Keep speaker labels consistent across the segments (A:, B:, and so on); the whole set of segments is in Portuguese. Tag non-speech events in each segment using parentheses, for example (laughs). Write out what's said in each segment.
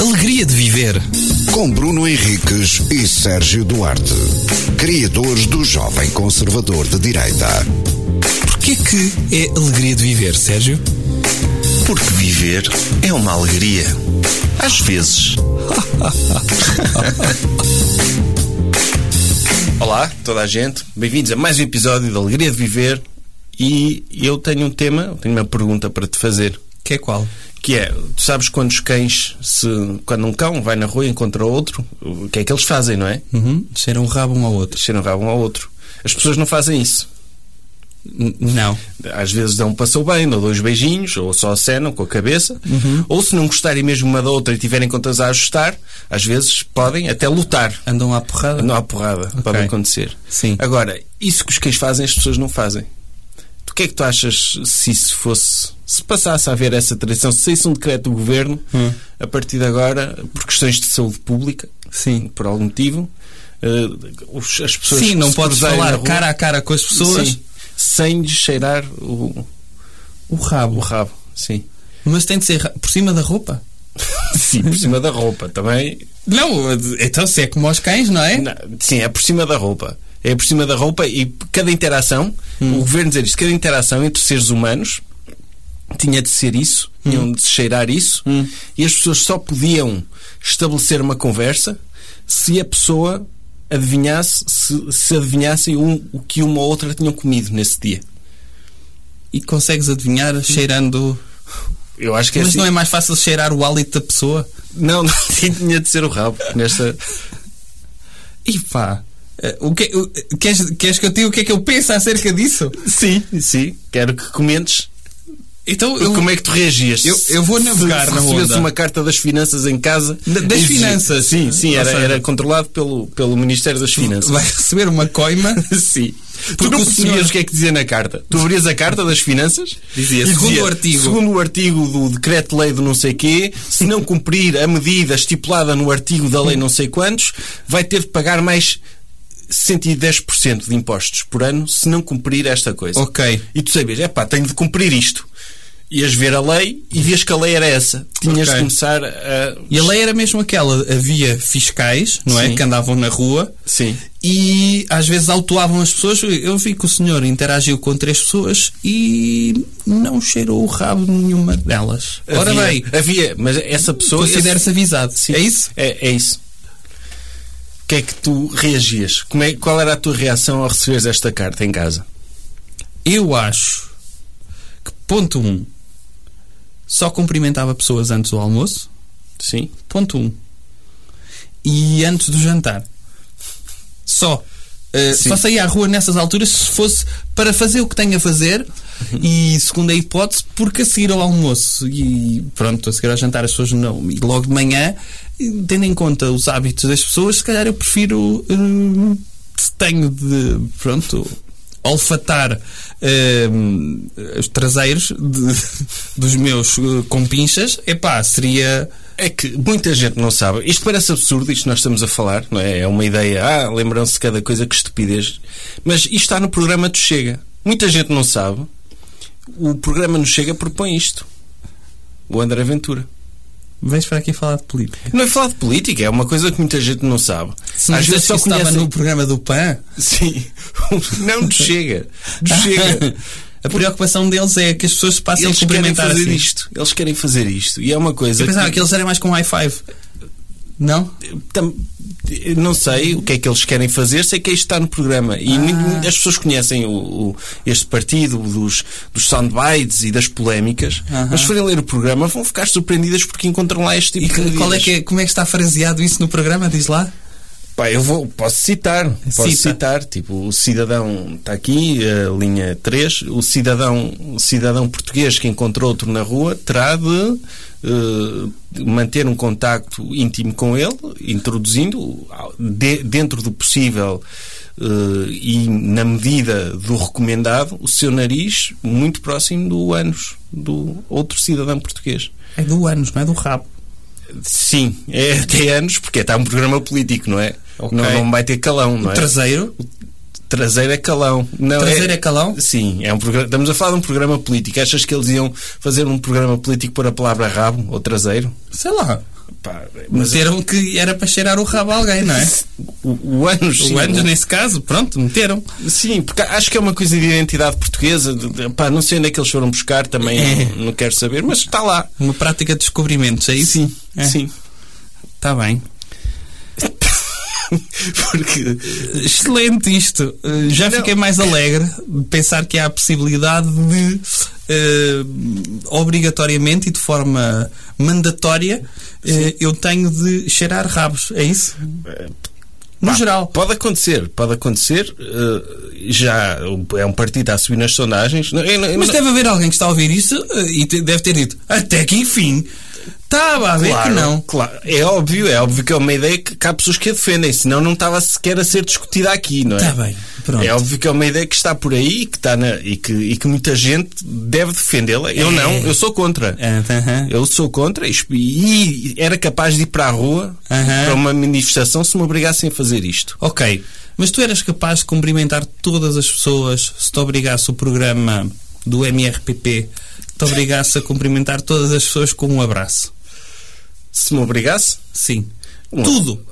A: alegria de viver.
B: Com Bruno Henriques e Sérgio Duarte, criadores do Jovem Conservador de Direita.
A: Porquê que é alegria de viver, Sérgio?
C: Porque viver é uma alegria. Às vezes. (laughs) Olá, toda a gente. Bem-vindos a mais um episódio de Alegria de Viver. E eu tenho um tema, tenho uma pergunta para te fazer.
A: Que é qual?
C: Que é, tu sabes quando os cães, se, quando um cão vai na rua e encontra outro, o que é que eles fazem, não é?
A: Uhum. Cheiram um rabo um ao outro.
C: Cheiram o rabo um ao outro. As pessoas não fazem isso.
A: N- não.
C: Às vezes dão um passou bem, dão dois beijinhos, ou só acenam com a cabeça.
A: Uhum.
C: Ou se não gostarem mesmo uma da outra e tiverem contas a ajustar, às vezes podem até lutar.
A: Andam à porrada?
C: Não há porrada, pode acontecer.
A: Sim.
C: Agora, isso que os cães fazem, as pessoas não fazem. O que é que tu achas se isso fosse. Se passasse a haver essa tradição, se saísse um decreto do governo,
A: Hum.
C: a partir de agora, por questões de saúde pública,
A: Sim.
C: por algum motivo, eh, os- as pessoas.
A: Sim, não
C: se
A: podes
C: cruzarem na
A: falar
C: rua-
A: cara a cara com as pessoas,
C: Sim, sem lhes cheirar o,
A: o rabo.
C: o rabo. Sim.
A: Mas tem de ser ra- por cima da roupa?
C: Sim, por cima da roupa também.
A: Não, então se é como aos cães, não é?
C: Não, sim, é por cima da roupa. É por cima da roupa e cada interação, o governo dizer isto, cada interação entre seres humanos tinha de ser isso, tinham de se cheirar isso, e as pessoas só podiam estabelecer uma conversa se a pessoa adivinhasse, se, se adivinhassem um- o que uma ou outra tinham comido nesse dia.
A: E consegues adivinhar cheirando.
C: Eu acho que é
A: Mas
C: assim.
A: não é mais fácil cheirar o hálito da pessoa?
C: Não, (laughs) não, tinha de ser o rabo nesta.
A: E pá, eh, o que, o- queres, queres que eu diga o que é que eu penso acerca disso?
C: Sim, sim. Quero que comentes
A: Então
C: Eu-
A: eu.
C: Como é que tu reagias?
A: eu- eu vou navegar
C: se,
A: na
C: se recebesse
A: onda.
C: uma carta das finanças em casa.
A: Da- das
C: exi-
A: finanças?
C: Sim, sim,
A: Ou
C: era,
A: seja-
C: era controlado pelo, pelo Ministério das Finanças.
A: Vai receber uma coima.
C: (laughs) Sim.
A: Porque
C: tu não
A: o
C: percebias
A: senhor-
C: o que é que dizia na carta. Tu abrias a carta das finanças
A: Dizia,
C: e
A: segundo o artigo.
C: Segundo o artigo do decreto-lei do não sei quê, se não cumprir a medida estipulada no artigo da lei não sei quantos, vai ter de pagar mais 110% de impostos por ano se não cumprir esta
A: (laughs)
C: coisa.
A: Ok.
C: E tu sabias, é pá, tenho de cumprir isto. Ias ver a lei e vias que a lei era essa. Tinhas
A: Ok.
C: de começar a.
A: E a lei era mesmo aquela, havia fiscais, não é?
C: Sim.
A: Que andavam na rua
C: Sim.
A: e às vezes autuavam as pessoas. Eu vi que o senhor interagiu com três pessoas e não cheirou o rabo de nenhuma delas. Ora
C: havia,
A: bem,
C: Havia, mas essa pessoa.
A: considera-se avisado. É isso?
C: É, é isso. O que é que tu reagias? Como é, qual era a tua reação ao receberes esta carta em casa?
A: Eu acho que, ponto um, só cumprimentava pessoas antes do almoço.
C: Sim.
A: Ponto 1. Um. E antes do jantar. Só. Uh,
C: Sim.
A: só saía à rua nessas alturas se fosse para fazer o que tenho a fazer e segunda hipótese porque a seguir ao almoço e pronto, a seguir ao jantar as pessoas não e logo de manhã tendo em conta os hábitos das pessoas se calhar eu prefiro hum, se tenho de pronto olfatar hum, os traseiros de- (laughs) dos meus uh, compinchas epá, seria
C: É que muita gente não sabe. Isto parece absurdo, isto que nós estamos a falar, não é? É uma ideia, ah, lembram-se de cada coisa, que estupidez. Mas isto está no programa do Chega. Muita gente não sabe. O programa do Chega propõe isto. O André Ventura.
A: Vens para aqui falar de política.
C: Não é falar de política, é uma coisa que muita gente não sabe.
A: Se nos dissesse que isso estava no programa do PAN,
C: (laughs) Sim. Não do Chega.
A: (laughs)
C: Do Chega.
A: a preocupação deles é que as pessoas se passem a
C: eles querem
A: cumprimentar
C: fazer
A: assim.
C: isto. Eles querem fazer isto. E é uma coisa.
A: Eu pensava que eles eram mais com high five. Não?
C: Tam- eu não sei o que é que eles querem fazer, sei que isto está no programa.
A: Ah.
C: E mu- as pessoas conhecem o, o- este partido dos, dos soundbites e das polémicas,
A: Aham.
C: mas se forem ler o programa vão ficar surpreendidas porque encontram lá este tipo
A: E
C: de
A: que- qual é
C: medidas.
A: que é- como é que está fraseado isso no programa? Diz lá.
C: Pá, eu vou, posso citar. Posso
A: Cita.
C: citar. Tipo, o cidadão está aqui, a linha 3. O cidadão, o cidadão português que encontrou outro na rua terá de eh, manter um contacto íntimo com ele, introduzindo de- dentro do possível eh, e na medida do recomendado o seu nariz muito próximo do ânus do outro cidadão português.
A: É do ânus, não é do rabo.
C: Sim, é até anos, porque está um programa político, não é?
A: Ok.
C: Não, não vai ter calão, não é?
A: Traseiro.
C: Traseiro é calão. Não,
A: Traseiro é calão?
C: Sim, é um programa. Estamos a falar de um programa político. Achas que eles iam fazer um programa político por a palavra rabo ou traseiro?
A: Sei lá.
C: Pá, mas
A: Meteram que era para cheirar o rabo a alguém, (laughs) não é?
C: o, o Anjos, sim,
A: O Anjos, nesse caso, pronto, meteram.
C: Sim, porque acho que é uma coisa de identidade portuguesa. de- de- pá, não sei onde é que eles foram buscar, também
A: É.
C: não, não quero saber, mas está lá.
A: Uma prática de descobrimentos, é isso?
C: Sim,
A: É.
C: sim.
A: Está Tá bem.
C: Porque
A: Excelente isto. Uh, Já
C: Não.
A: fiquei mais alegre de pensar que há a possibilidade de, uh, obrigatoriamente e de forma mandatória, uh, eu tenho de cheirar rabos. É isso? No
C: Pá,
A: geral.
C: Pode acontecer, pode acontecer. eh, já é um partido a subir nas sondagens. Não, eu não- eu
A: Mas
C: não-
A: deve haver alguém que está a ouvir isso uh, e te- deve ter dito até que enfim. Estava a ver
C: claro,
A: que não.
C: claro. É óbvio, é óbvio que é uma ideia que, que há pessoas que a defendem, senão não estava sequer a ser discutida aqui, não é?
A: Está Tá bem, pronto.
C: É óbvio que é uma ideia que está por aí e que, está na- e que, e que muita gente deve defendê-la. Eu
A: É.
C: não, eu sou contra.
A: Ah, tá, aham.
C: Eu sou contra e, esp- e era capaz de ir para a rua
A: Aham.
C: para uma manifestação se me obrigassem a fazer isto.
A: Ok, mas tu eras capaz de cumprimentar todas as pessoas se te obrigasse o programa do MRPP, te obrigasse a cumprimentar todas as pessoas com um abraço?
C: Se me obrigasse?
A: Sim.
C: Um
A: Tudo.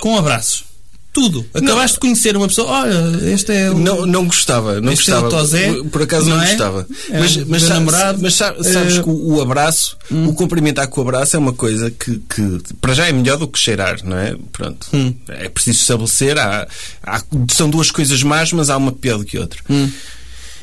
A: Com abraços. Tudo. Acabaste de conhecer uma pessoa. Olha, este é o.
C: Não, não gostava, não
A: Este é
C: gostava.
A: o Tozé,
C: Por acaso não,
A: não é?
C: gostava.
A: É
C: mas,
A: um
C: mas,
A: meu
C: sa-
A: namorado.
C: mas sa- sabes
A: Eh, hum.
C: que o, o abraço, o cumprimentar com o abraço é uma coisa que, que, para já é melhor do que cheirar, não é? Pronto.
A: Hum.
C: É preciso estabelecer. Há, há- são duas coisas más, mas há uma pior do que outra.
A: Hum.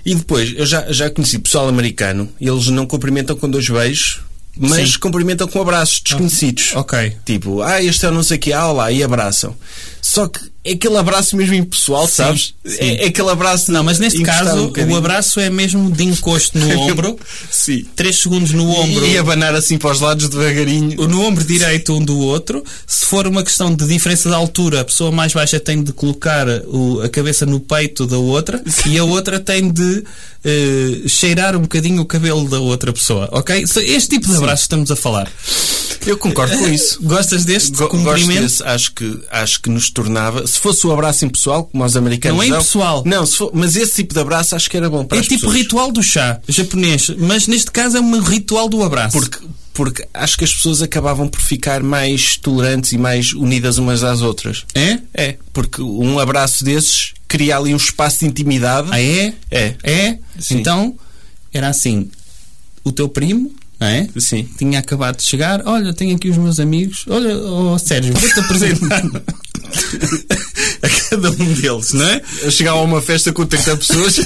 C: E depois, eu já, já conheci pessoal americano, eles não cumprimentam com dois beijos, mas
A: Sim.
C: cumprimentam com abraços desconhecidos.
A: Ok.
C: Tipo, ah, este é o não sei o que, ah, lá, e abraçam. Só que é aquele abraço mesmo impessoal, sabes? É, é aquele abraço.
A: Não, mas neste
C: encostado um
A: caso, o
C: bocadinho.
A: abraço é mesmo de encosto
C: (laughs)
A: no ombro.
C: Sim.
A: 3 segundos no ombro.
C: E abanar assim para os lados devagarinho.
A: no ombro direito um do outro. Se for uma questão de diferença de altura, a pessoa mais baixa tem de colocar o- a cabeça no peito da outra e a outra tem de eh, cheirar um bocadinho o cabelo da outra pessoa, ok? So- Este tipo de abraço estamos a falar.
C: Eu concordo com isso.
A: Gostas deste
C: Go- gosto
A: cumprimento?
C: desse, acho que, acho que nos tornava. Se fosse o abraço impessoal, como os americanos.
A: Não é
C: dão-
A: impessoal.
C: Não, se for- mas esse tipo de abraço acho que era bom para
A: É
C: as
A: tipo
C: pessoas.
A: ritual do chá japonês, mas neste caso é um ritual do abraço.
C: Porque, porque acho que as pessoas acabavam por ficar mais tolerantes e mais unidas umas às outras.
A: É?
C: É, porque um abraço desses cria ali um espaço de intimidade.
A: Ah, é?
C: É.
A: É?
C: Sim.
A: Então, era assim: o teu primo, não é?
C: Sim. (laughs)
A: Tinha acabado de chegar. Olha, tenho aqui os meus amigos. Olha, oh, Sérgio, vou-te apresentar a cada um deles, não é?
C: Eu chegava a uma festa com 30 (laughs) pessoas e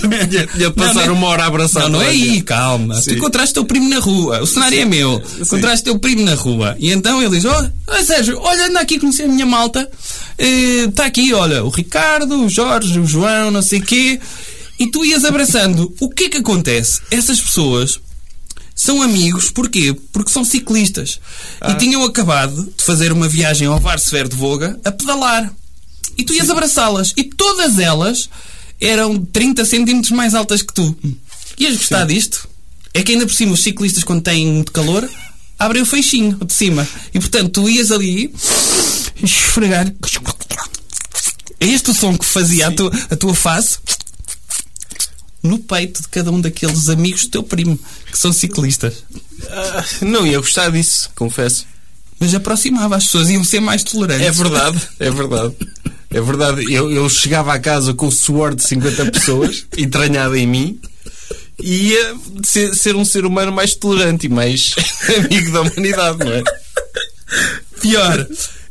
C: ia passar
A: Não, não é-
C: uma hora a abraçar.
A: Não, não
C: toda
A: é
C: a
A: aí,
C: gente.
A: calma.
C: Sim.
A: Tu encontraste teu primo na rua. O cenário é meu. Encontraste teu primo na rua. E então ele diz: oh, ah, Sérgio, olha, anda aqui a conhecer a minha malta. Está aqui, olha, o Ricardo, o Jorge, o João, não sei quê. E tu ias abraçando. O que é que acontece? Essas pessoas são amigos, porquê? Porque são ciclistas. E tinham acabado de fazer uma viagem ao Varsever de Voga a pedalar. E tu ias abraçá-las. E todas elas eram 30 centímetros mais altas que tu. Ias gostar disto? É que ainda por cima os ciclistas, quando têm muito calor, abrem o feixinho de cima. E portanto tu ias ali esfregar. É este o som que fazia a tua, a tua face no peito de cada um daqueles amigos do teu primo, que são ciclistas.
C: Ah, (laughs) não ia gostar disso, confesso.
A: Mas aproximava, as pessoas iam ser mais tolerantes.
C: É verdade, é verdade. É verdade. Eu, eu chegava a casa com o suor de 50 (laughs) pessoas, entranhado em mim, e ia ser, ser um ser humano mais tolerante e mais (laughs) amigo da humanidade, não é?
A: Pior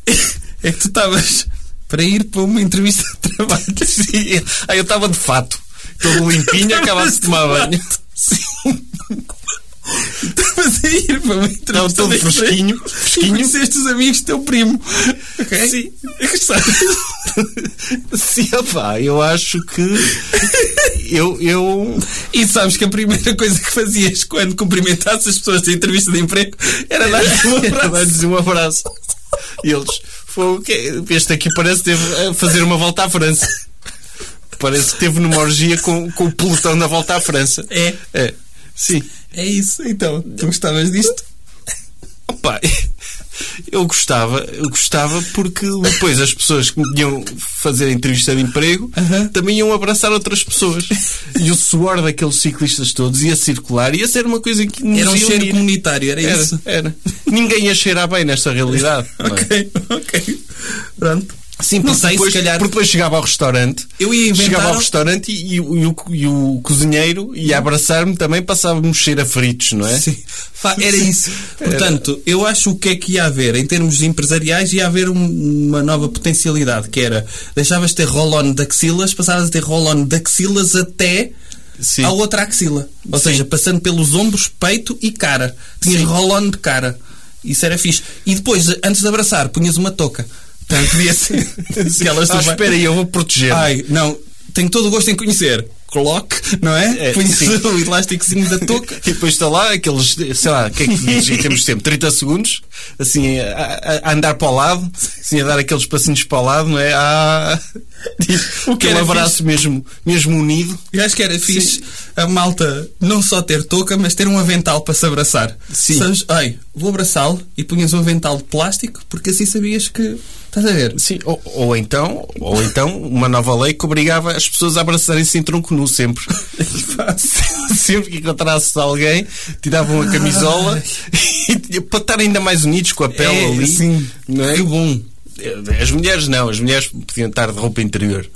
A: (laughs) é que tu estavas para ir para uma entrevista de (laughs) trabalho.
C: Sim. Ah, eu estava de fato, todo limpinho, acabava de tomar banho.
A: Estavas a ir para uma entrevista.
C: Estava todo
A: de emprego
C: fresquinho,
A: E
C: fresquinho.
A: conheceste os amigos do teu primo. Ok? Sim.
C: Sim, opá, eu acho que eu, eu
A: E sabes que a primeira coisa que fazias quando cumprimentasse as pessoas da entrevista de emprego era dar-lhes um abraço.
C: (laughs) dar-lhes um abraço. E eles foi o quê? Este aqui parece que teve a fazer uma volta à França. Parece que teve numa orgia com, com o pelotão da volta à França.
A: É.
C: É. Sim.
A: É isso, então. Tu gostavas disto?
C: Opa, eu gostava, eu gostava porque depois as pessoas que me iam fazer a entrevista de emprego
A: Aham.
C: também iam abraçar outras pessoas. E o suor daqueles ciclistas todos ia circular, ia ser uma coisa que nos
A: Era um
C: ia
A: cheiro
C: unir.
A: comunitário, era,
C: Era,
A: isso.
C: era. Ninguém ia cheirar bem nesta (laughs) realidade. não é?
A: Ok, ok. Pronto.
C: Sim,
A: Não
C: porque,
A: sei, se
C: depois,
A: calhar-
C: porque depois chegava ao restaurante.
A: Eu ia inventar- um-
C: Chegava ao restaurante e, e o- e o, e o cozinheiro ia abraçar-me também, passava-me um cheiro a fritos, não é?
A: Sim. Fa- Era isso. Portanto, eu acho o que é que ia haver em termos empresariais, ia haver um- uma nova potencialidade, que era deixavas de ter roll-on de axilas, passavas a ter roll-on de axilas até
C: Sim.
A: à outra axila. Ou seja, passando pelos ombros, peito e cara. Tinhas roll-on de cara. Isso era fixe. E depois, antes de abraçar, punhas uma touca. Portanto, podia
C: (laughs)
A: ser. Aquelas
C: ah,
A: do-
C: espera aí, eu vou proteger.
A: Ai, não, tenho todo o gosto em conhecer. Clock, não é?
C: É,
A: Punhas
C: sim.
A: (laughs) o elásticozinho da touca.
C: E depois está lá aqueles, sei lá, o que é que diz? E temos tempo, 30 segundos, assim, a, a- a andar para o lado, assim, a dar aqueles passinhos para o lado, não é? Ah, (laughs)
A: O
C: o
A: que
C: que é um
A: era
C: abraço mesmo, mesmo unido.
A: Eu acho que era fixe a malta não só ter touca, mas ter um avental para se abraçar.
C: Sim.
A: Sabes, ai, vou abraçá-lo e punhas um avental de plástico porque assim sabias que. Estás a ver?
C: Sim, ou, ou então, ou então, uma nova lei que obrigava as pessoas a abraçarem-se em tronco nu sempre. (laughs) sempre que encontrasses alguém, tiravam a camisola (laughs) e, para estar ainda mais unidos com a pele
A: É,
C: ali.
A: sim.
C: não é? Que bom. As mulheres não, as mulheres podiam estar de roupa interior.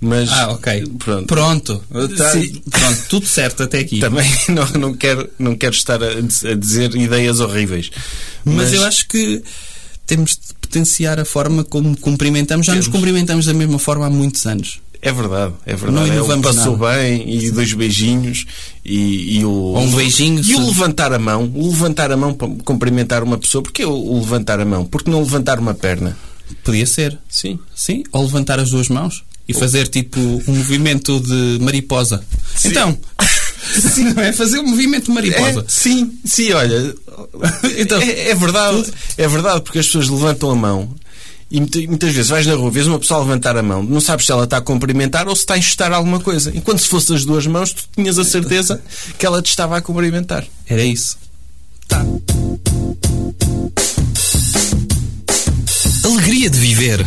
C: Mas
A: Ah, ok.
C: pronto.
A: Pronto. Tá-
C: Sim.
A: Pronto, tudo certo até aqui.
C: Também (laughs) não, não, quero, não quero estar a, a dizer ideias horríveis.
A: Mas, eu acho que temos de potenciar a forma como cumprimentamos. Já nos
C: Temos.
A: cumprimentamos da mesma forma há muitos anos.
C: É verdade, é
A: Não
C: verdade. É o
A: inovamos
C: passou bem e dois beijinhos e, e o.
A: Ou um beijinho,
C: E o
A: se-
C: levantar a mão. O levantar a mão para cumprimentar uma pessoa. Porquê o- o levantar a mão? Porque não levantar uma perna?
A: Podia ser.
C: Sim.
A: Sim, ou levantar as duas mãos e fazer tipo um movimento de mariposa. Então, sim, não é? Fazer um movimento de mariposa.
C: sim, sim, olha.
A: Então,
C: é, é verdade, é verdade, porque as pessoas levantam a mão. E muita- muitas vezes vais na rua, vês uma pessoa levantar a mão, não sabes se ela está a cumprimentar ou se está a enxutar alguma coisa. Enquanto se fosse as duas mãos, tu tinhas a certeza que ela te estava a cumprimentar.
A: Era isso. Tá.
D: Alegria de viver.